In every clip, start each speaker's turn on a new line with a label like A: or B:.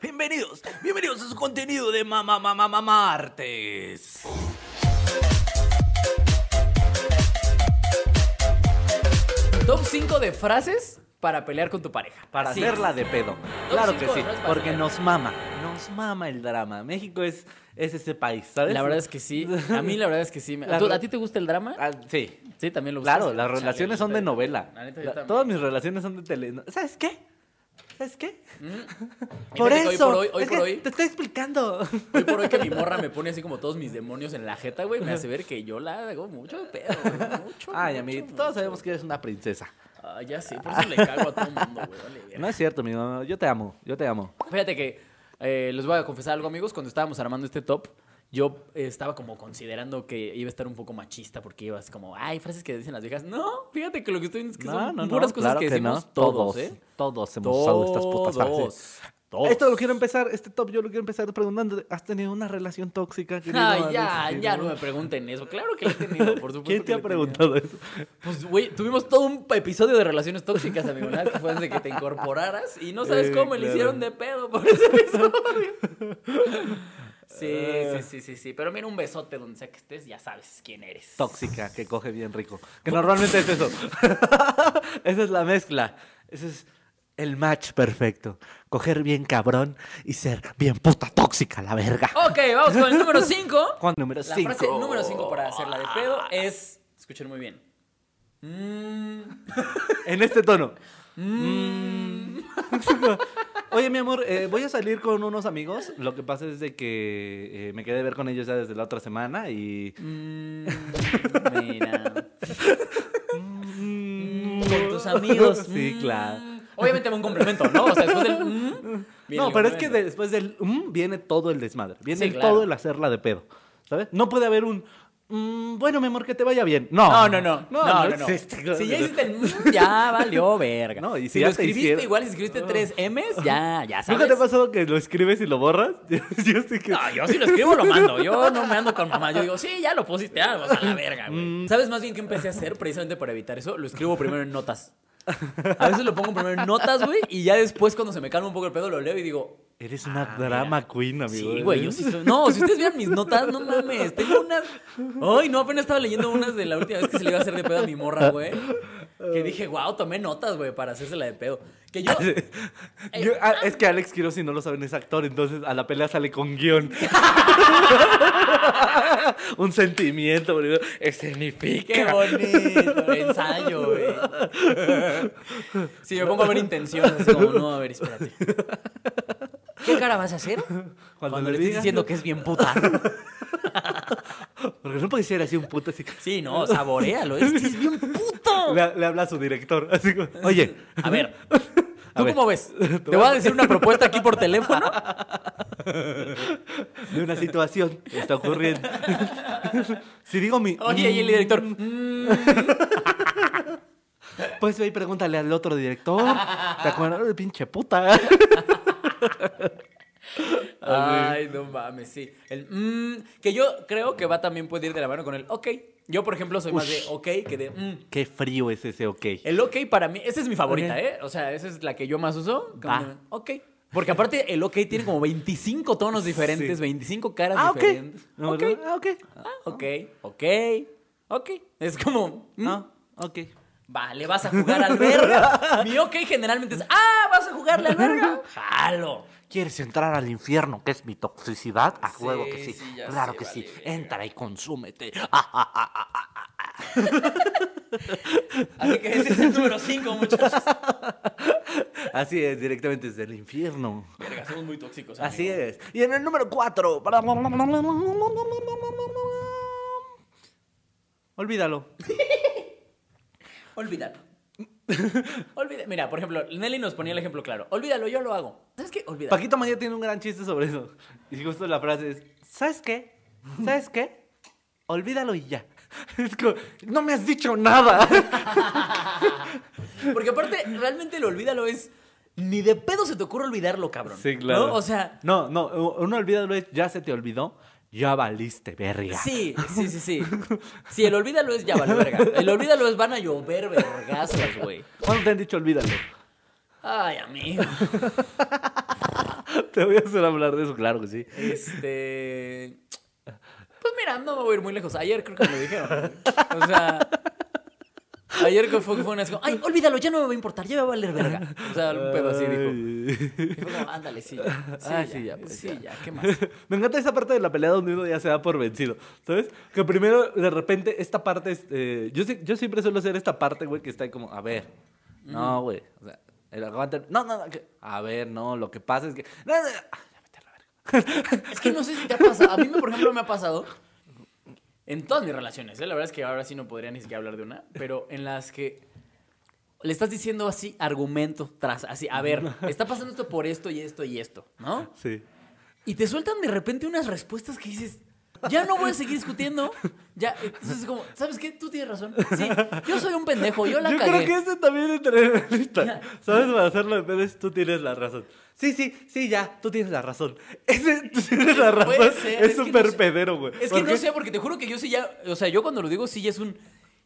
A: bienvenidos. Bienvenidos a su contenido de Mamá Mamá Mamá Martes.
B: Top 5 de frases para pelear con tu pareja.
C: Para
B: Así.
C: hacerla de pedo. Claro que
B: cinco de
C: sí,
B: frases para
C: porque
B: hacerla.
C: nos mama, nos mama el drama. México es, es ese país, ¿sabes?
B: La verdad es que sí. A mí la verdad es que sí. me-
C: La
B: ¿Tú-
C: re-
B: ¿A ti te gusta el drama?
C: Ah, sí.
B: Sí, también lo buscas?
C: Claro, las
B: Chale,
C: relaciones son de
B: neta.
C: novela.
B: La neta, yo
C: La-
B: también.
C: todas mis relaciones son de telenovela. ¿Sabes qué? ¿Sabes qué?
B: Mm. Y
C: Por
B: fíjate que
C: eso.
B: Hoy por hoy, hoy
C: es
B: por
C: que
B: hoy,
C: Te estoy explicando.
B: hoy por hoy que mi morra me pone así como todos mis demonios en la jeta, güey, me hace ver que yo la hago mucho de pedo, güey, mucho.
C: Ay,
B: mucho,
C: amiguito,
B: mucho.
C: todos sabemos que eres una princesa.
B: Ah, ya sé, por eso le cago a todo el mundo, güey. vale, verga.
C: No es cierto, mi mamá. Yo te amo, yo te amo.
B: Fíjate que eh, les voy a confesar algo, amigos. Cuando estábamos armando este top, yo eh, estaba como considerando que iba a estar un poco machista porque ibas como, ay, frases que dicen las viejas. No, fíjate que lo que estoy diciendo es que son puras cosas
C: claro
B: que decimos
C: no.
B: todos, ¿eh?
C: Todos hemos usado estas putas frases.
B: Todos. Todos.
C: Esto lo quiero empezar, este top yo lo quiero empezar preguntándote, ¿has tenido una relación tóxica? querido
B: Ay,
C: Alex?
B: ya, ya no me pregunten eso. Claro que lo he tenido, por supuesto.
C: este ¿Quién te ha
B: que lo he tenido.
C: preguntado eso?
B: Pues, güey, tuvimos todo un episodio de relaciones tóxicas, amigo. Nada, que fue antes de que te incorporaras y no sabes
C: Eh,
B: cómo le
C: claro.
B: hicieron de pedo por ese episodio. Sí,
C: Ah.
B: sí, sí, sí, sí. Pero mira, un besote donde sea que estés, ya sabes quién eres.
C: Tóxica, que coge bien rico. Que normalmente es eso. Esa es la mezcla. Ese es el match perfecto. Coger bien cabrón y ser bien puta tóxica, la verga.
B: Ok, vamos con el número 5.
C: Juan número
B: Oh. La
C: 5.
B: frase número 5 para hacerla de pedo es. Escuchen muy bien. Mm,
C: En este tono.
B: mm.
C: Oye, mi amor, eh, voy a salir con unos amigos. Lo que pasa es de que eh, me quedé de ver con ellos ya desde la otra semana y...
B: Mm, mira. Mm, con tus amigos.
C: Sí,
B: mm.
C: claro.
B: Obviamente va un complemento, ¿no? O sea, después del. mm, viene
C: No,
B: el
C: pero es que
B: complemento.
C: después del mm, viene todo el desmadre. Viene
B: Sí,
C: el-
B: claro.
C: todo el hacerla de pedo. ¿Sabes? No puede haber un. mm, bueno, mi amor, que te vaya bien. No.
B: No, no, no. No, no, no.
C: existe.
B: Si ya hiciste el. mm, Ya valió verga.
C: No, y si
B: si
C: ya
B: lo
C: te
B: escribiste
C: hicieron-
B: igual, si escribiste tres M's, ya, ya sabes.
C: ¿Nunca te ha pasado que lo escribes y lo borras? yo sé que.
B: No, yo si lo escribo lo mando. Yo no me ando con mamá. Yo digo, sí, ya lo pusiste algo, a la verga,
C: Mm.
B: güey. ¿Sabes más bien qué empecé a hacer precisamente para evitar eso? Lo escribo primero en notas. A veces lo pongo primero en notas, güey, y ya después cuando se me calma un poco el pedo lo leo y digo,
C: Eres una
B: Ah,
C: drama
B: mira.
C: queen, amigo. ¿eh?
B: Sí, güey, yo sí soy- No, si ustedes vieran mis notas, no mames. Tengo unas. Ay, no, apenas estaba leyendo unas de la última vez que se le iba a hacer de pedo a mi morra, güey. Que dije, wow, tomé notas, güey, para hacérsela de pedo. Que yo.
C: Yo- ah, es que Alex Quiroz, si no lo saben, es actor, entonces a la pelea sale con guión. Un sentimiento, boludo. Escenifica.
B: Qué bonito, el ensayo, güey. Si me pongo a ver intenciones, así como, no, a ver, espérate. ¿Qué cara vas a hacer cuando,
C: Cuando,
B: le estés diciendo que es bien puta?
C: Porque no puede ser así un puto así.
B: Sí, no, saborealo, es que es bien puto.
C: Le, le habla a su director. Así como, Oye,
B: A ver,
C: A
B: ¿tú
C: ver.
B: cómo ves? Te voy a decir una propuesta aquí por teléfono.
C: de una situación que está ocurriendo. si digo mi.
B: Oye, y el director. "Mm".
C: Pues ve y pregúntale al otro director. ¿Te acuerdas de pinche puta? Ah,
B: Ay, no mames, sí. El mm, que yo creo que va también puede ir de la mano con el ok. Yo, por ejemplo, soy más de ok que de mm.
C: Qué frío es ese ok.
B: El ok para mí, esa es mi favorita,
C: Ok.
B: ¿eh? O sea, esa es la que yo más uso. Como
C: Va.
B: de, Ok. Porque aparte el ok tiene como 25 tonos diferentes, 25 caras
C: Ah, ok.
B: diferentes.
C: No,
B: ok.
C: no, Ah, ok.
B: Ah, ok, ok, ok. Es como, mm,
C: Ah, ok.
B: vale, vas a jugar al verga. Mi ok generalmente es, ah, vas a jugarle al verga. Jalo.
C: ¿Quieres entrar al infierno, que es mi toxicidad? A
B: Sí,
C: juego que sí.
B: sí, ya
C: claro
B: sé,
C: que sí.
B: vale, verga.
C: Entra y consúmete. Ah, ah, ah, ah, ah.
B: Así que ese es el número 5, muchachos.
C: Así es, directamente desde el infierno.
B: Verga, somos muy tóxicos.
C: Así es. Y en el número 4. Olvídalo.
B: Olvídalo. Olvida- Mira, por ejemplo, Nelly nos ponía el ejemplo claro. Olvídalo, yo lo hago. ¿Sabes qué? Olvídalo.
C: Paquito Maya tiene un gran chiste sobre eso. Y justo la frase es, ¿sabes qué? ¿Sabes qué? Olvídalo y ya. Es como, no me has dicho nada.
B: Porque aparte, realmente el olvídalo es. Ni de pedo se te ocurre olvidarlo, cabrón. ¿No? O sea.
C: No, no, uno olvídalo es, ya se te olvidó, ya valiste, verga.
B: Sí, sí, sí, sí. Si el olvídalo es ya vale verga. El olvídalo es van a llover vergazos, güey.
C: ¿Cuándo te han dicho olvídalo?
B: Ay, amigo.
C: Te voy a hacer hablar de eso, claro que sí.
B: Este. Pues mira, no me voy a ir muy lejos. Ayer creo que me lo dijeron. güey. O sea. Ayer que fue, que fue una vez como, ay, olvídalo, ya no me va a importar, ya me va a valer verga. O sea, un pedo así dijo. Y fue como, ándale, sí. ya, Sí,
C: Ah,
B: ya,
C: sí, ya, pues,
B: sí, ya, ¿qué más?
C: Me encanta esa parte de la pelea donde uno ya se da por vencido, ¿sabes? Que primero, de repente, esta parte... es, eh, yo, sí- yo siempre suelo hacer esta parte, güey, que está ahí como, a ver. No, güey. O sea, el aguante... No, no, no. que- a ver, no, lo que pasa es que... No, no, ah, ya vete a la verga.
B: Es que no sé si te ha pasado. A mí, por ejemplo, me ha pasado en todas mis relaciones. ¿eh? La verdad es que ahora sí no podría ni siquiera hablar de una, pero en las que le estás diciendo así argumento tras así, a ver, está pasando esto por esto y esto y esto, ¿no?
C: Sí.
B: Y te sueltan de repente unas respuestas que dices, ya no voy a seguir discutiendo. Ya, entonces es como, ¿sabes qué? Tú tienes razón. Sí, yo soy un pendejo, yo la
C: Yo creo
B: cagué.
C: que este también entré en la lista.
B: Ya.
C: ¿Sabes? Para hacerlo en vez de tú tienes la razón. Sí, sí, sí, ya, tú tienes la razón. Ese tú tienes la
B: Puede
C: razón
B: ser,
C: es
B: es que no
C: súper
B: sé.
C: pedero, güey.
B: Es que no
C: Porque-
B: sé, porque te juro que yo sí ya, o sea, yo cuando lo digo sí ya es un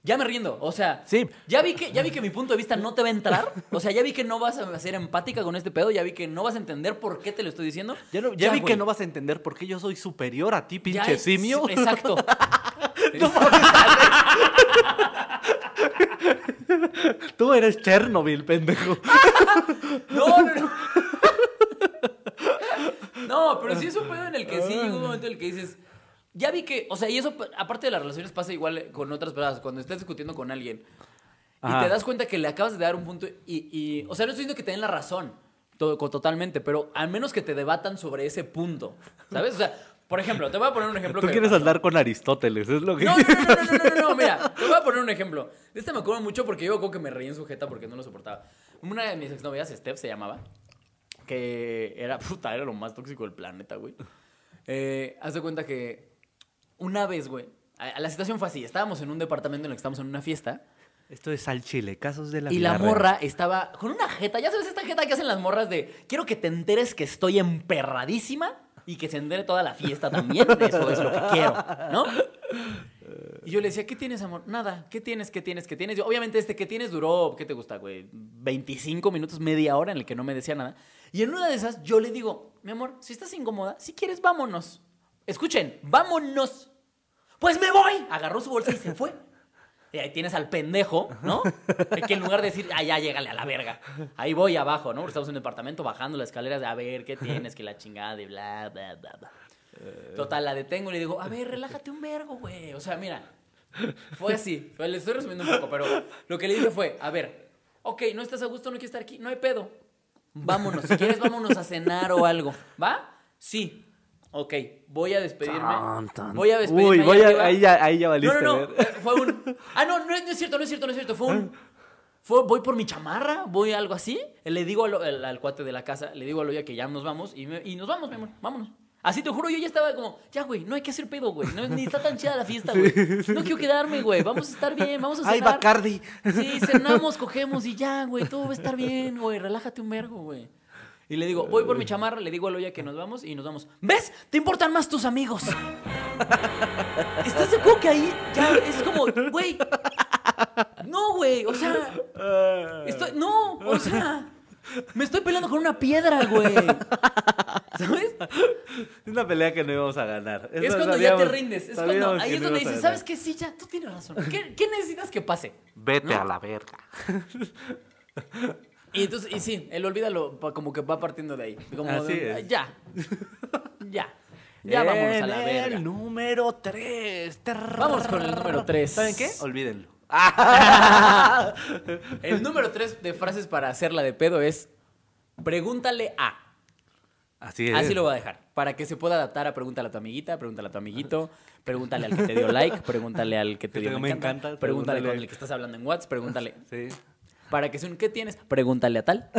B: ya me riendo, o sea,
C: Sí.
B: ya vi que ya vi que mi punto de vista no te va a entrar, o sea, ya vi que no vas a ser empática con este pedo, ya vi que no vas a entender por qué te lo estoy diciendo.
C: Ya, no- ya vi
B: güey.
C: que no vas a entender por qué yo soy superior a ti,
B: Ya
C: pinche
B: es-
C: simio.
B: Exacto.
C: Tú eres Chernobyl, pendejo.
B: Ah, No, no, no. No, pero sí es un pedo en el que sí llega un momento en el que dices, ya vi que, o sea, y eso pa- aparte de las relaciones pasa igual con otras personas, cuando estás discutiendo con alguien y
C: Ajá.
B: te das cuenta que le acabas de dar un punto y, y- o sea, no estoy diciendo que te den la razón to- co- totalmente, pero al menos que te debatan sobre ese punto, ¿sabes? O sea, por ejemplo, te voy a poner un ejemplo.
C: Tú
B: que-
C: quieres andar con Aristóteles, es lo que...
B: no, no, no, no, no, no, no, no, mira, te voy a poner un ejemplo. De este me acuerdo mucho porque yo creo que me reí en su jeta porque no lo soportaba. Una de mis exnovias, Steph se llamaba, que era, puta, era lo más tóxico del planeta, güey. Eh, haz de cuenta que una vez, güey, a- a la situación fue así, estábamos en un departamento en el que estábamos en una fiesta
C: Esto es al chile, casos de la
B: y
C: vida
B: la
C: real.
B: morra estaba con una jeta, ya sabes esta jeta que hacen las morras de, quiero que te enteres que estoy emperradísima y que se entere toda la fiesta también, eso es lo que quiero, ¿no? Y yo le decía, ¿qué tienes, amor? Nada, ¿qué tienes, qué tienes, qué tienes? Yo, obviamente este ¿qué tienes? duró, ¿qué te gusta, güey? 25 minutos, media hora en el que no me decía nada. Y en una de esas yo le digo, mi amor, si estás incómoda, si quieres, vámonos. Escuchen, vámonos. Pues me voy. Agarró su bolsa y se fue. Y ahí tienes al pendejo, ¿no? Que en lugar de decir, ah, ya, llégale a la verga. Ahí voy abajo, ¿no? Porque estamos en un departamento bajando las escaleras de, a ver, ¿qué tienes? Que la chingada y bla, bla, bla, bla.
C: Eh.
B: Total, la detengo y le digo, a ver, relájate un vergo, güey. O sea, mira, fue así. Pues, Le estoy resumiendo un poco, pero lo que le dije fue, a ver, ok, no estás a gusto, no quieres estar aquí, no hay pedo. Vámonos, si quieres, vámonos a cenar o algo. ¿Va? Sí. Ok, voy a despedirme.
C: Tan, tan.
B: Voy a despedirme.
C: Uy,
B: ahí
C: voy a-
B: arriba.
C: ahí ya- ahí ya valiste,
B: No, no, no.
C: ver.
B: Fue un. Ah, no, no es, no es cierto, no es cierto, no es cierto. Fue un. fue- voy por mi chamarra, voy a algo así. Le digo al, al- al cuate de la casa, le digo a Loya que ya nos vamos y, me- y nos vamos, mi amor, vámonos. Así te juro, yo ya estaba como, ya, güey, no hay que hacer pedo, güey. No, ni está tan chida la fiesta, güey. No quiero quedarme, güey. Vamos a estar bien, vamos a cenar.
C: Ay, Bacardi.
B: Sí, cenamos, cogemos y ya, güey, todo va a estar bien, güey, relájate un vergo, güey. Y le digo, voy por mi chamarra, le digo a Loya que nos vamos y nos vamos. ¿Ves? Te importan más tus amigos. ¿Estás de acuerdo que ahí ya es como, güey? No, güey, o sea,
C: Ah.
B: estoy, no, o sea, me estoy peleando con una piedra, güey. ¿Sabes?
C: Es una pelea que no íbamos a ganar.
B: Es cuando ya te rindes. Es cuando, ahí es donde dices, ¿sabes qué? Sí, ya, tú tienes razón. ¿Qué, qué necesitas que pase?
C: Vete
B: ¿No? a
C: la verga.
B: Y entonces, y sí, el olvídalo pa- como que va partiendo de ahí. Como
C: Así
B: de,
C: es.
B: Ya. Ya. Ya vámonos a la verga.
C: el número 3.
B: Vamos con el número 3.
C: ¿Saben qué? Olvídenlo.
B: El número 3 de frases para hacerla de pedo es pregúntale a.
C: Así es.
B: Así lo voy a dejar. Para que se pueda adaptar a pregúntale a tu amiguita, pregúntale a tu amiguito, pregúntale al que te dio like, pregúntale al que te
C: Que
B: dio
C: te-
B: me encanta, pregúntale con
C: pregúntale-
B: el que estás hablando en WhatsApp, pregúntale.
C: Sí.
B: Para que sea un ¿qué tienes? Pregúntale a tal.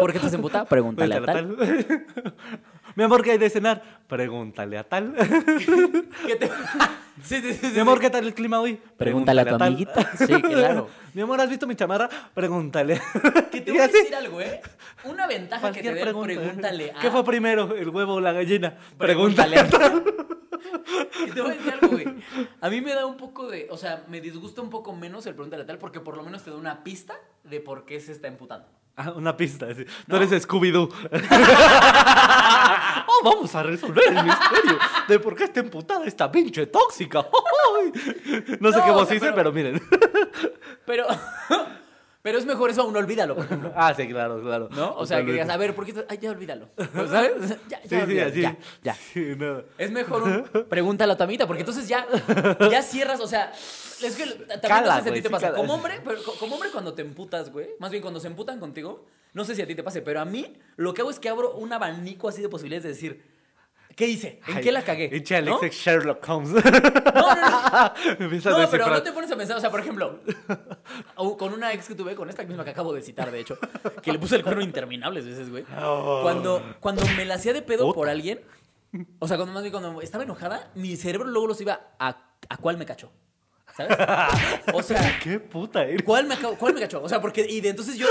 B: ¿Por qué estás emputada? Pregúntale a tal.
C: Pregúntale a tal. Mi amor, ¿qué hay de cenar? Pregúntale a tal.
B: ¿Qué te- sí, sí, sí, sí,
C: Mi amor, ¿qué tal el clima hoy?
B: Pregúntale a tu
C: tal.
B: amiguita. Sí, claro.
C: Mi amor, ¿has visto mi chamarra? Pregúntale.
B: Que te
C: Y
B: voy a
C: así,
B: decir algo, ¿eh? Una ventaja que te
C: cualquier
B: dé el
C: pregunta. ¿eh?
B: pregúntale a.
C: ¿Qué fue primero, el huevo o la gallina?
B: Pregúntale
C: Pregúntale
B: a-
C: a tal.
B: Y te voy a decir algo, güey. A mí me da un poco de. O sea, me disgusta un poco menos el pregúntale a tal porque por lo menos te da una pista de por qué se está emputando.
C: Ah, una pista. así. Tú eres Scooby-Doo. Oh, vamos a resolver el misterio de por qué está emputada esta pinche tóxica. no sé
B: No,
C: qué
B: o
C: vos
B: sea,
C: hice, pero
B: pero-
C: miren.
B: Pero, pero es mejor eso aún, olvídalo, por ejemplo.
C: Ah, sí, claro, claro.
B: ¿No? O sea, que digas, a ver, ¿por qué estás- Ay, ya olvídalo. ¿Sabes? Ya, ya,
C: Sí, sí,
B: olvídalo,
C: así.
B: ya, ya.
C: Sí, no.
B: Es mejor un- pregúntalo a tu amita, porque entonces ya, ya cierras, o sea, es que también no
C: Cala,
B: sé si a ti
C: güey,
B: te
C: sí
B: pasa.
C: cala.
B: Como hombre, pero co- como hombre cuando te emputas, güey, más bien cuando se emputan contigo, no sé si a ti te pase, pero a mí lo que hago es que abro un abanico así de posibilidades de decir, ¿qué hice? ¿En
C: Ay,
B: qué la cagué?
C: Pinche Alex
B: ¿No?
C: es Sherlock Holmes.
B: No, no, no.
C: Empieza a
B: No, pero
C: descifrar.
B: no te pones a pensar, o sea, por ejemplo, o con una ex que tuve, con esta misma que acabo de citar, de hecho, que le puse el cuerno interminables veces, güey. Cuando, cuando me la hacía de pedo por alguien, o sea, cuando más bien cuando estaba enojada, mi cerebro luego los iba a, a cuál me cachó. ¿Sabes? O sea,
C: Qué puta eres.
B: ¿Cuál me, acabo- ¿Cuál me cachó? O sea, porque. Y de entonces yo.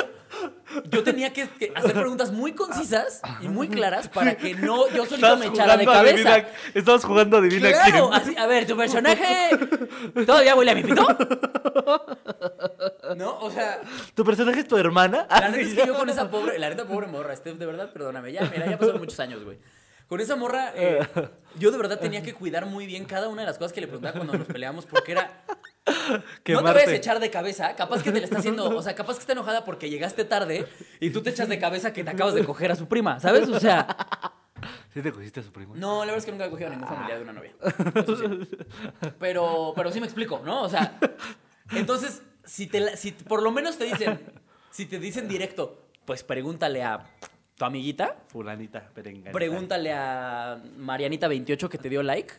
B: Yo tenía que, que hacer preguntas muy concisas y muy claras para que no yo solito
C: Estabas
B: me echara de
C: jugando adivina-
B: cabeza.
C: Estabas jugando adivina
B: Claro,
C: quién.
B: así, a ver, tu personaje todavía huele a mi pito. No, o sea,
C: ¿Tu personaje es tu hermana? Ah,
B: la neta es que yo con esa pobre, la neta pobre morra, Steph, de verdad, perdóname, ya, mira, ya pasaron muchos años, güey. Con esa morra, eh, yo de verdad tenía que cuidar muy bien cada una de las cosas que le preguntaba cuando nos peleábamos, porque era, no te
C: Quemarte.
B: vayas a echar de cabeza, capaz que te la está haciendo, o sea, capaz que está enojada porque llegaste tarde y tú te echas de cabeza que te acabas de coger a su prima, ¿sabes? O sea,
C: ¿Sí te cogiste a su primo?
B: No, la verdad es que nunca he cogido a ningún familiar de una novia. Eso sí. Pero, pero sí me explico, ¿no? O sea, entonces, si, te, la- si por lo menos te dicen, si te dicen directo, pues pregúntale a tu amiguita,
C: Fulanita, perenganita.
B: pregúntale a Marianita28 que te dio like.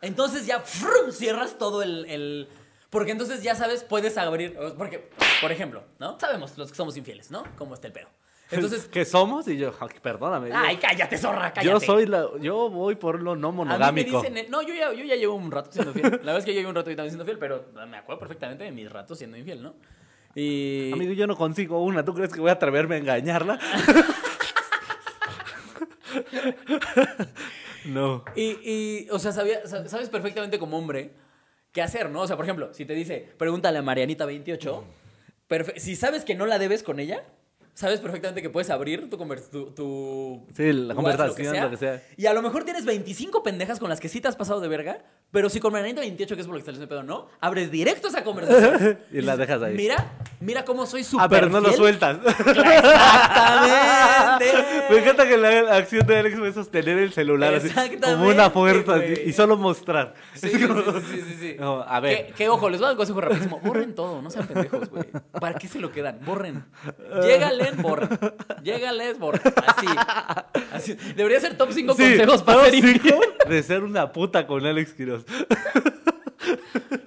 B: Entonces ya ¡frum! cierras todo el, el- Porque entonces ya sabes, puedes abrir. Porque, por ejemplo, ¿no? Sabemos los que somos infieles, ¿no? Cómo está el pedo. Entonces.
C: ¿Qué somos? Y yo, "Ah, perdóname. yo-
B: Ay, cállate, zorra, cállate.
C: yo soy la. Yo voy por lo no
B: A mí me
C: monogámico.
B: dicen, eh, no, yo ya, yo ya llevo un rato siendo fiel. La verdad es que yo llevo un rato también siendo fiel, pero me acuerdo perfectamente de mis ratos siendo infiel, ¿no? Y...
C: Amigo, yo no consigo una. ¿Tú crees que voy a atreverme a engañarla? no.
B: Y, y, o sea, sabía- sa- sabes perfectamente como hombre qué hacer, ¿no? O sea, por ejemplo, si te dice, pregúntale a Marianita28, si sabes que no la debes con ella, sabes perfectamente que puedes abrir tu... conver- tu, tu-
C: Sí, la
B: tu WhatsApp,
C: conversación, lo que sea.
B: Y a lo mejor tienes 25 pendejas con las que sí te has pasado de verga, pero si con Marianita28, que es por lo que estás de pedo, no, abres directo esa conversación.
C: Y la dejas ahí.
B: Mira, mira cómo soy súper
C: Ah, pero no lo
B: fiel".
C: sueltas.
B: Exactamente.
C: Me encanta que la la acción de Alex fue sostener el celular así, como
B: Exactamente,
C: una fuerza así,
B: güey.
C: y solo mostrar.
B: Sí,
C: Es
B: sí,
C: como-
B: sí, sí, sí, sí.
C: No, a ver.
B: Que, que, ojo, les voy a dar un consejo rapidísimo. Borren todo, no sean pendejos, güey. ¿Para qué se lo quedan? Borren. Llegalen, borren. Llegales, borren. Así. Así. Debería ser top 5
C: Sí,
B: consejos para
C: top
B: ser
C: cinco
B: infiel.
C: de ser una puta con Alex Quiroz.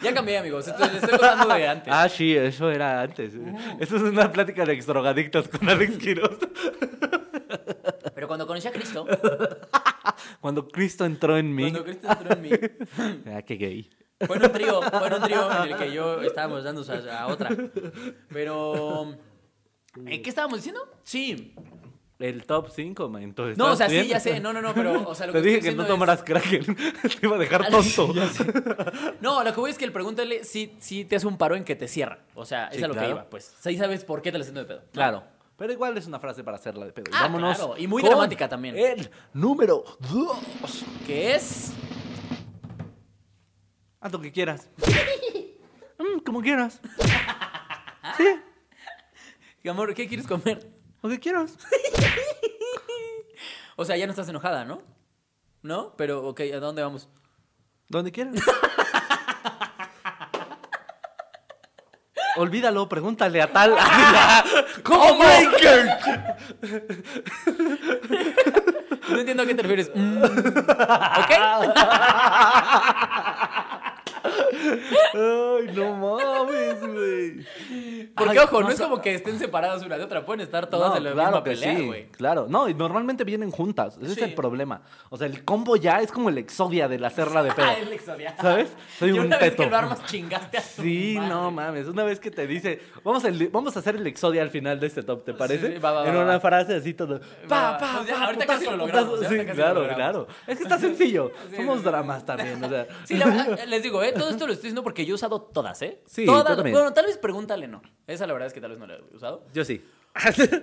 B: Ya cambié, amigos. Entonces, les estoy contando de antes.
C: Ah, sí, eso era antes. Eso es una plática de extrogadictos con Alex Quiroz.
B: Pero cuando conocí a Cristo,
C: Cuando Cristo entró en mí.
B: cuando Cristo entró en mí,
C: Ah, qué gay.
B: Fue en un trío, fue en un trío en el que yo estábamos dando a, a otra. Pero. ¿eh, ¿Qué estábamos diciendo? Sí.
C: El top 5, man. entonces,
B: No, o sea,
C: ¿estás
B: sí,
C: bien?
B: ya sé. No, no, no, pero. O sea, lo
C: Te
B: que
C: dije
B: estoy
C: que no
B: diciendo es-
C: tomaras Kraken. Te iba a dejar tonto.
B: Ya sé. No, lo que voy es que el pregúntale si, si te hace un paro en que te cierra. O sea, es
C: Sí,
B: a lo que
C: claro.
B: iba, pues. O sea, ahí sabes por qué te la haciendo de pedo.
C: Claro. Pero igual es una frase para hacerla de pedo.
B: Ah,
C: Vámonos
B: claro, y muy
C: con
B: dramática también.
C: El número 2.
B: Que es.
C: Haz lo que quieras. Mm, como quieras. Sí,
B: Amor, ¿qué quieres comer?
C: lo que quieras.
B: O sea, ya no estás enojada, ¿no? ¿No? Pero, ok, ¿a dónde vamos?
C: Donde quieras. Olvídalo, pregúntale a tal.
B: ¿Cómo?
C: God!
B: No entiendo a qué te refieres. Mm. ¿Ok?
C: Ay, no mames, güey.
B: Porque,
C: Ay,
B: ojo, no
C: no
B: es
C: sé.
B: como que estén separadas una de otra. Pueden estar todas
C: No,
B: en la misma
C: que
B: pelea,
C: sí,
B: güey.
C: Claro, no, y normalmente vienen juntas. Ese
B: Sí.
C: es el problema. O sea, el combo ya es como el exodia de la cerra de pedo.
B: Ah, el exodiado.
C: ¿Sabes? Soy
B: Y
C: un
B: una vez
C: teto.
B: que lo armas, chingaste a su
C: Sí, no
B: madre.
C: mames. Una vez que te dice, vamos a, vamos a hacer el exodia al final de este top, ¿te parece?
B: sí, va, va,
C: en
B: va,
C: una
B: va.
C: frase así todo.
B: va,
C: Pa,
B: va.
C: pa,
B: Pues ya,
C: pa,
B: ahorita
C: putazo,
B: casi lo logramos,
C: putazo.
B: ya,
C: Sí,
B: ahorita casi lo
C: claro,
B: logramos.
C: claro. Es que está sencillo.
B: Sí,
C: Somos
B: sí, sí.
C: dramas también, o sea.
B: Sí, la verdad, les digo, ¿eh? todo esto lo estoy diciendo porque yo he usado todas, ¿eh?
C: Sí,
B: todas.
C: yo también.
B: Bueno, tal vez pregúntale no. Esa la verdad es que tal vez no la he usado.
C: Yo sí.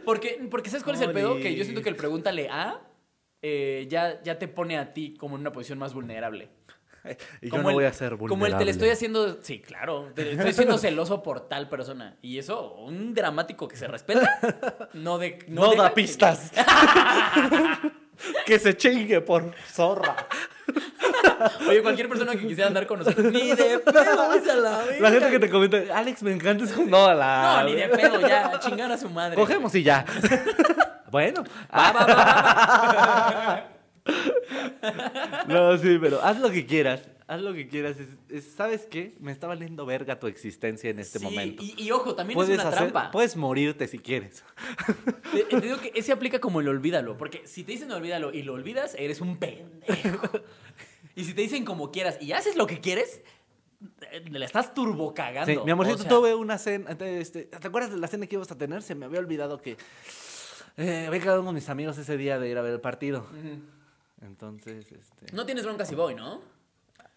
B: Porque, porque ¿sabes cuál es el pedo? Que yo siento
C: Moris.
B: que el pregúntale a eh, ya, ya te pone a ti como en una posición más vulnerable.
C: y yo
B: Como
C: no
B: el-
C: voy a ser vulnerable.
B: Como el te le estoy haciendo. Sí, claro. Te le estoy siendo celoso por tal persona. Y eso, un dramático que se respeta. No de.
C: No
B: deja
C: da
B: que-
C: pistas. que se chingue por zorra.
B: Oye, cualquier persona que quisiera andar con nosotros. Ni de pedo, vas a la
C: La
B: verga.
C: gente que te comenta, Alex, me encanta es como, No, la.
B: No, ni de pedo, ya. a Chingar a su madre.
C: Cogemos y ya. bueno.
B: Va, va, va, va.
C: No, sí, pero haz lo que quieras. Haz lo que quieras. Es- es- ¿Sabes qué? Me está valiendo verga tu existencia en este
B: Sí,
C: momento.
B: Y, y ojo, también es
C: Puedes,
B: una
C: hacer-
B: trampa.
C: puedes morirte si quieres.
B: Te, te digo que ese aplica como el olvídalo, porque si te dicen olvídalo y lo olvidas, eres un pendejo. Y si te dicen como quieras y haces lo que quieres, eh, le estás turbocagando.
C: Sí, mi amorcito,
B: O sea,
C: tuve una cena. te- este, ¿Te acuerdas de la cena que íbamos a tener? Se me había olvidado que eh, había quedado con mis amigos ese día de ir a ver el partido. Entonces, este,
B: No tienes bronca si voy, ¿no?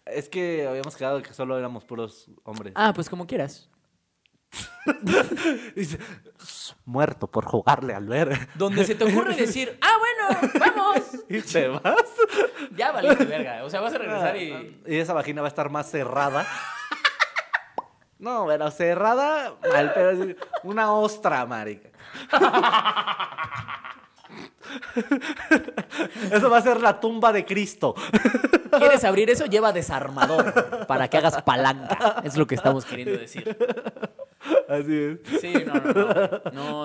C: es que habíamos quedado que solo éramos puros hombres.
B: Ah, pues como quieras.
C: Dice, muerto por jugarle al ver.
B: Donde se te ocurre decir, ah, bueno, vamos.
C: ¿Y te vas?
B: Ya vale, verga. O sea, vas a regresar y.
C: Ah, Y esa vagina va a estar más cerrada. No, pero cerrada, mal, pero es una ostra, marica. Eso va a ser la tumba de Cristo. Ah.
B: ¿Quieres abrir eso? Lleva desarmador para que hagas palanca. Es lo que estamos queriendo decir.
C: Así es.
B: Sí, no, no, no.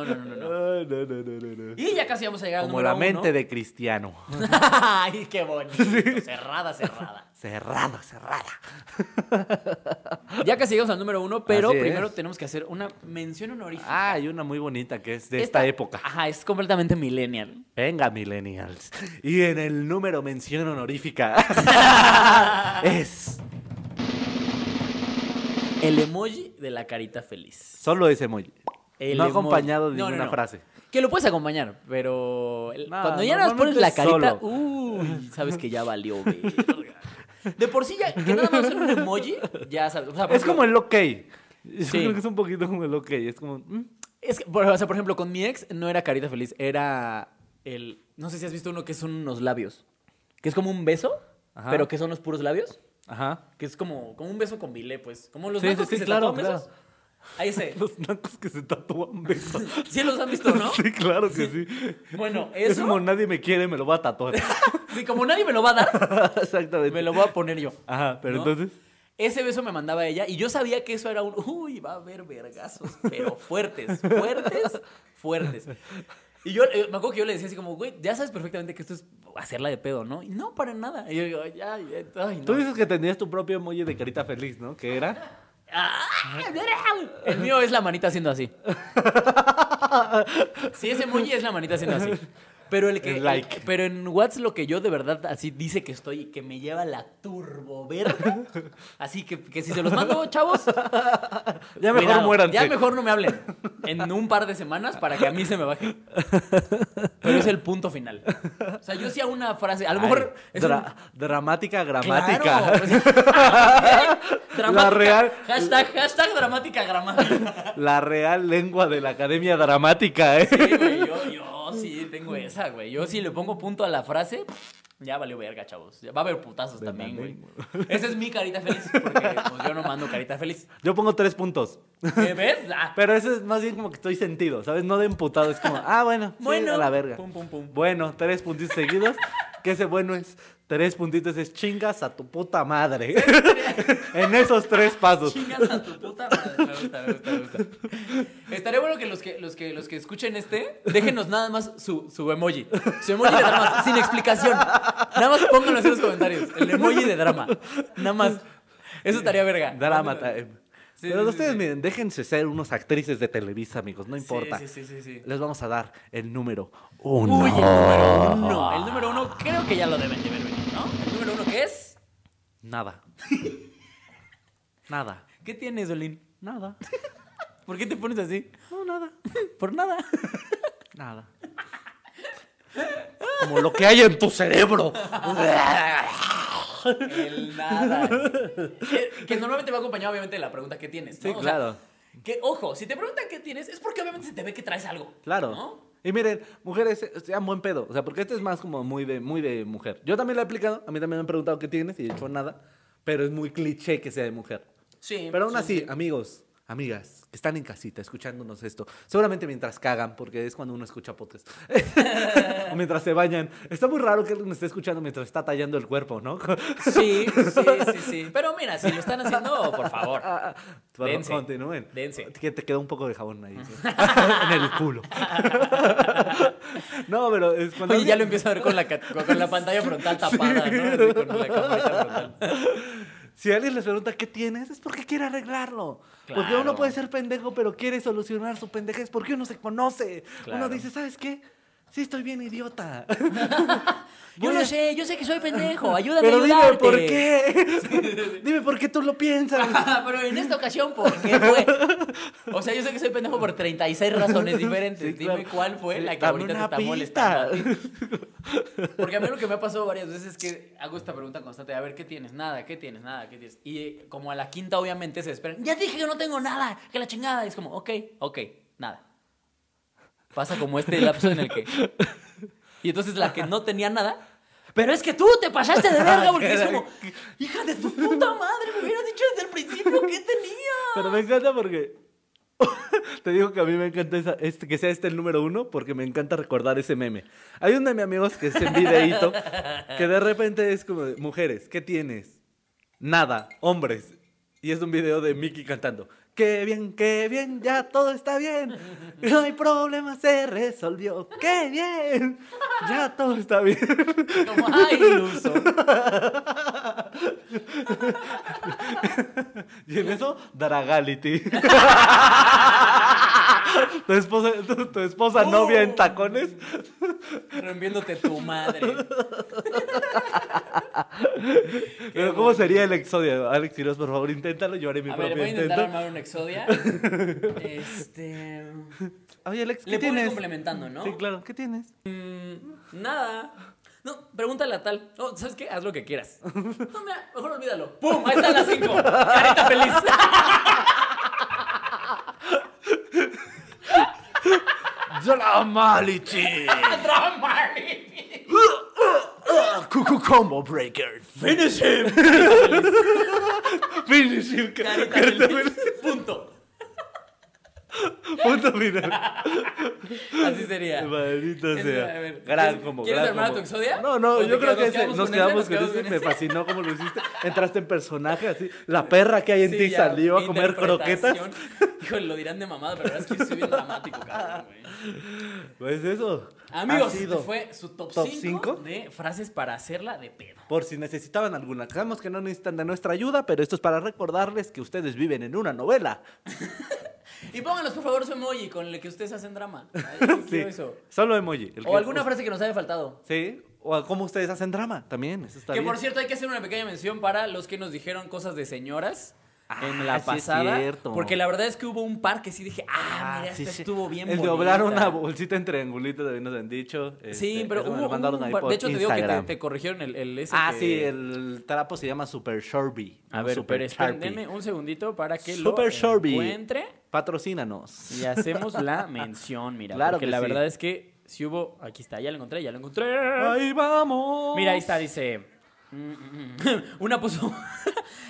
B: No, no, no, no.
C: Ah, no, no, no, no, no.
B: Y ya casi vamos a llegar al
C: Como
B: número
C: la mente
B: uno.
C: de Cristiano.
B: Ay, qué bonito. Cerrada, cerrada.
C: Cerrada, cerrada.
B: Ya casi llegamos al número uno, pero
C: Así es.
B: primero tenemos que hacer una mención honorífica.
C: Ah, hay una muy bonita que es de esta, época.
B: Ajá, es completamente millennial.
C: Venga, millennials. Y en el número mención honorífica es
B: El emoji de la carita feliz.
C: solo ese emoji.
B: El
C: no
B: emoji.
C: acompañado de
B: No, no,
C: ninguna
B: no.
C: frase.
B: Que lo puedes acompañar, pero el-
C: No,
B: cuando ya nada más pones
C: normalmente
B: la
C: es solo.
B: carita, uy, sabes que ya valió. verga. De por sí, ya que nada más era un emoji, ya sabes. o sea, por
C: Es
B: ejemplo,
C: como el ok. Yo
B: Ah, pues Sí.
C: creo que es un poquito como el ok. Es como. mm,
B: Es que, por, o sea, por ejemplo, con mi ex no era carita feliz, era el. No sé si has visto uno que son unos labios. Que es como un beso,
C: Ajá.
B: pero que son los puros labios.
C: Ajá.
B: Que es como, como un beso con bilé, pues. Como los
C: Sí,
B: nacos
C: sí,
B: que
C: sí,
B: se
C: claro,
B: tatúan besos. Ahí se.
C: Los nacos que se tatúan besos.
B: Sí los han visto, ¿no?
C: Sí, claro que sí.
B: Bueno,
C: Es
B: eso.
C: como nadie me quiere, me lo va a tatuar.
B: Sí, como nadie me lo va a dar,
C: Exactamente.
B: me lo voy a poner yo.
C: Ajá, pero
B: ¿no?
C: entonces.
B: Ese beso me mandaba ella y yo sabía que eso era un. Uy, va a haber vergazos, pero fuertes, fuertes, fuertes. Y yo eh, me acuerdo que yo le decía así como, güey, ya sabes perfectamente que esto es hacerla de pedo, ¿no? Y no, para nada. Y yo digo, ya, ya, ay, no.
C: Tú dices que tenías tu propio emoji de carita feliz, ¿no? Que era.
B: ¡Ah! El mío es la manita haciendo así. Sí, ese emoji es la manita haciendo así. Pero el que.
C: El like.
B: pero en WhatsApp lo que yo de verdad así dice que estoy, que me lleva la turbo verga. Así que, que si se los mando, chavos.
C: Ya mejor
B: cuidado,
C: muéranse.
B: Ya mejor no me hablen. En un par de semanas para que a mí se me baje. Pero es el punto final. O sea, yo sí a una frase. A lo mejor.
C: Ay,
B: es
C: dra- Dramática,
B: un-
C: gramática.
B: Claro, o sea, dramática.
C: real-
B: Hashtag, hashtag dramática gramática.
C: La real lengua de la academia dramática, ¿eh?
B: Sí, güey, yo, yo sí tengo esa, güey. Yo sí le pongo punto a la frase, ya valió verga, chavos. Ya Va a haber putazos también, güey. Esa es mi carita feliz, porque pues, yo no mando carita feliz.
C: Yo pongo tres puntos.
B: ¿Qué ves? Ah,
C: Pero eso es más bien como que estoy sentido, ¿sabes? No de emputado, es como, ah, bueno, sí,
B: Bueno.
C: a la verga.
B: Pum, pum, pum.
C: Bueno, tres puntitos seguidos. que ese bueno es? Tres puntitos es chingas a tu puta madre. en esos tres pasos.
B: chingas a tu puta madre. Me gusta, me gusta, me gusta. Estaría bueno que los que, los que, los que escuchen este, déjenos nada más su, su emoji. Su emoji de drama, sin explicación. Nada más pónganlo así en los comentarios. El emoji de drama. Nada más. Eso estaría verga.
C: Drama time.
B: Sí,
C: Pero
B: sí, sí,
C: ustedes,
B: sí.
C: miren, déjense ser unos actrices de Televisa, amigos, no
B: Sí,
C: importa.
B: sí, sí, sí, sí.
C: Les vamos a dar el número uno.
B: Uy, el número uno. El número uno creo que ya lo deben de ver venir, ¿no? El número uno que es.
C: Nada. Nada.
B: ¿Qué tienes, Olin?
C: Nada.
B: ¿Por qué te pones así?
C: No, nada.
B: Por nada.
C: Nada. Como lo que hay en tu cerebro.
B: El nada. que, que normalmente va acompañado, obviamente, de la pregunta ¿qué tienes?
C: Sí,
B: ¿no? O sea,
C: claro.
B: Que, ojo, si te preguntan qué tienes, es porque obviamente se te ve que traes algo.
C: Claro.
B: ¿no?
C: Y miren, mujeres, eh, sean buen pedo. O sea, porque este es más como muy de, muy de mujer. Yo también lo he aplicado. A mí también me han preguntado qué tienes y he hecho nada. Pero es muy cliché que sea de mujer.
B: Sí.
C: Pero aún
B: sí,
C: así,
B: sí.
C: amigos, amigas, que están en casita escuchándonos esto, seguramente mientras cagan, porque es cuando uno escucha podcast, o mientras se bañan. Está muy raro que alguien esté escuchando mientras está tallando el cuerpo, ¿no?
B: Sí, sí, sí, sí. Pero mira, si lo están haciendo, por favor.
C: Ah, Bueno,
B: Dense.
C: Continúen.
B: Dense.
C: Que te queda un poco de jabón ahí. ¿sí? en el culo. no, pero es cuando.
B: Oye, ya lo empiezo a ver con la, ca- con- con la pantalla frontal tapada, ¿no? Así, con la camarita frontal.
C: Si alguien les pregunta qué tienes, es porque quiere arreglarlo. Porque
B: Claro.
C: uno puede ser pendejo, pero quiere solucionar su pendejez porque uno se conoce. Uno
B: Claro.
C: dice, ¿sabes qué? Sí, estoy bien idiota.
B: Yo
C: Voy
B: lo
C: a-
B: sé, yo sé que soy pendejo. Ayúdame
C: Pero
B: a
C: dime
B: ayudarte.
C: por qué. dime por qué tú lo piensas.
B: Pero en esta ocasión, ¿por qué fue? O sea, yo sé que soy pendejo por 36 razones diferentes.
C: Sí,
B: Dime
C: claro.
B: cuál fue
C: Sí,
B: la que
C: dame
B: ahorita te
C: una
B: está
C: pista.
B: molestando. a ti. Porque a mí lo que me ha pasado varias veces es que hago esta pregunta constante. A ver, ¿qué tienes? Nada, ¿qué tienes? Nada, ¿qué tienes? Y eh, como a la quinta, obviamente, se esperan. Ya dije que no tengo nada, que la chingada. Y es como, ok, ok, nada. Pasa como este lapso en el que... Y entonces la que no tenía nada... Pero es que tú te pasaste de verga porque es como, hija de tu puta madre, me hubieras dicho desde el principio que tenía.
C: Pero me encanta porque. Te digo que a mí me encanta esa- este, que sea este el número uno porque me encanta recordar ese meme. Hay un de mis amigos que es en videíto que de repente es como de, mujeres, ¿qué tienes? Nada, hombres. Y es un video de Mickey cantando. Qué bien, qué bien, ya todo está bien. No hay problema, se resolvió. Qué bien, ya todo está bien.
B: Como, ay, iluso.
C: Y en eso, Dragality. tu esposa, tu, tu esposa
B: Uh.
C: novia en tacones.
B: Rompiéndote tu madre.
C: Pero ¿cómo sería el exodio? Alex Quiroz, por favor, inténtalo. Yo haré mi
B: A ver,
C: propio
B: voy a intentar
C: intento.
B: armar un Exodia. Este.
C: Oye, Alex, ¿qué
B: Le puedo ir
C: tienes?
B: complementando, ¿no?
C: Sí, claro. ¿Qué tienes?
B: Nada. No, pregúntale a tal. No, ¿sabes qué? Haz lo que quieras. No, mira, mejor olvídalo. ¡Pum! Ahí están las cinco. Carita feliz.
A: Dramality.
B: Drama.
A: Cuckoo Combo Breaker.
B: Finish him.
C: Finish him, ca-
B: Carita
C: carita
B: feliz.
C: feliz.
B: Punto.
C: Punto final.
B: Así sería.
C: Maldito
B: Es-
C: sea.
B: a ver,
C: Gran
B: ¿quieres-
C: como.
B: quieres
C: gran
B: armar
C: como.
B: tu exodia?
C: No,
B: ¿O
C: no,
B: te
C: yo creo que
B: quedamos-
C: ese.
B: quedamos
C: Nos
B: con ese?
C: quedamos
B: Nos
C: con
B: quedamos
C: ese.
B: con
C: Me
B: ese.
C: fascinó cómo lo hiciste. Entraste en personaje así. La perra que hay en
B: Sí,
C: ti
B: ya,
C: salió a comer croquetas.
B: interpretación. Híjole, lo dirán de mamada, pero la verdad es que yo soy bien dramático, cabrón, güey.
C: Pues eso.
B: Amigos,
C: Ha
B: este
C: sido
B: fue su top
C: top
B: 5
C: cinco.
B: de frases para hacerla de pedo.
C: Por si necesitaban alguna. Sabemos que no necesitan de nuestra ayuda, pero esto es para recordarles que ustedes viven en una novela.
B: Y pónganos, por favor, su emoji con el que ustedes hacen drama. Ay, yo
C: Sí.
B: quiero eso.
C: Solo emoji. El que-
B: O alguna frase que nos haya faltado.
C: Sí. O a cómo ustedes hacen drama también. Eso está
B: Que
C: bien.
B: por cierto, hay que hacer una pequeña mención para los que nos dijeron cosas de señoras. En
C: Ah,
B: la
C: sí es
B: pasada.
C: cierto.
B: porque la verdad es que hubo un par que sí dije, ah, mira,
C: sí,
B: esta
C: sí.
B: estuvo bien
C: El de doblar una
B: bonita".
C: bolsita en triangulito también nos han dicho.
B: Sí,
C: Este,
B: pero
C: eso me
B: hubo,
C: lo mandaron
B: hubo un
C: ahí
B: par-
C: por
B: De hecho, te digo que te,
C: Instagram.
B: te corrigieron el, el ese
C: Ah,
B: que-
C: sí, el trapo se llama Super Sharpie.
B: A
C: no
B: ver, pero esperen,
C: Sharpie.
B: denme un segundito para que
C: Super
B: lo
C: Sharpie.
B: encuentre
C: Patrocínanos.
B: y hacemos la mención, mira.
C: Claro
B: porque
C: que
B: la
C: sí.
B: verdad es que si hubo... Aquí está, ya lo encontré, ya lo encontré.
C: Ahí vamos.
B: Mira, ahí está, dice... mm, mm, mm. Una puso...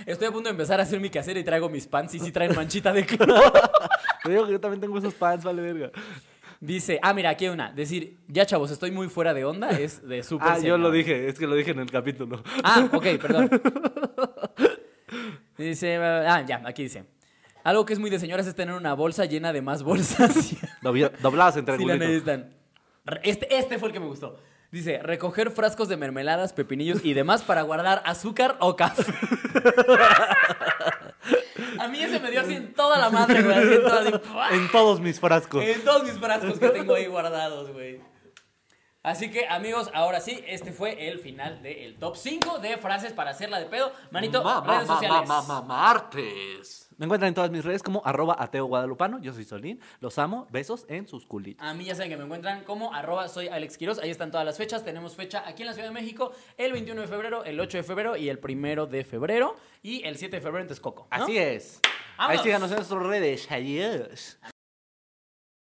B: Estoy a punto de empezar a hacer mi casera y traigo mis pants y sí traen manchita de cloro.
C: Te digo que yo también tengo esos pants, vale verga.
B: Dice, ah, mira, aquí hay una. Decir, ya chavos, estoy muy fuera de onda, es de súper
C: Ah, yo lo
B: señor.
C: dije, es que lo dije en el capítulo.
B: Ah, ok, perdón. Dice, ah, ya, aquí dice. Algo que es muy de señoras es tener una bolsa llena de más bolsas. si-
C: Dobla- Doblados en
B: si la
C: triangulito.
B: necesitan. Re- Este, este fue el que me gustó. Dice, recoger frascos de mermeladas, pepinillos y demás para guardar azúcar o café. A mí ese me dio así en toda la madre, güey. así en toda- así, ¡pua!
C: en todos mis frascos.
B: En todos mis frascos que tengo ahí guardados, güey. Así que, amigos, ahora sí, este fue el final del top 5 de frases para hacerla de pedo. Manito, redes sociales.
A: martes.
C: Me encuentran en todas mis redes como arroba ateo guadalupano. Yo soy Solín. Los amo. Besos en sus culitos.
B: A mí ya saben que me encuentran como arroba soy Alex Quiroz. Ahí están todas las fechas. Tenemos fecha aquí en la Ciudad de México el 21 de febrero, el 8 de febrero y el 1 de febrero. Y el 7 de febrero en Texcoco. ¿no?
C: Así es. Ahí
B: Vámonos.
C: síganos en nuestras redes. Adiós.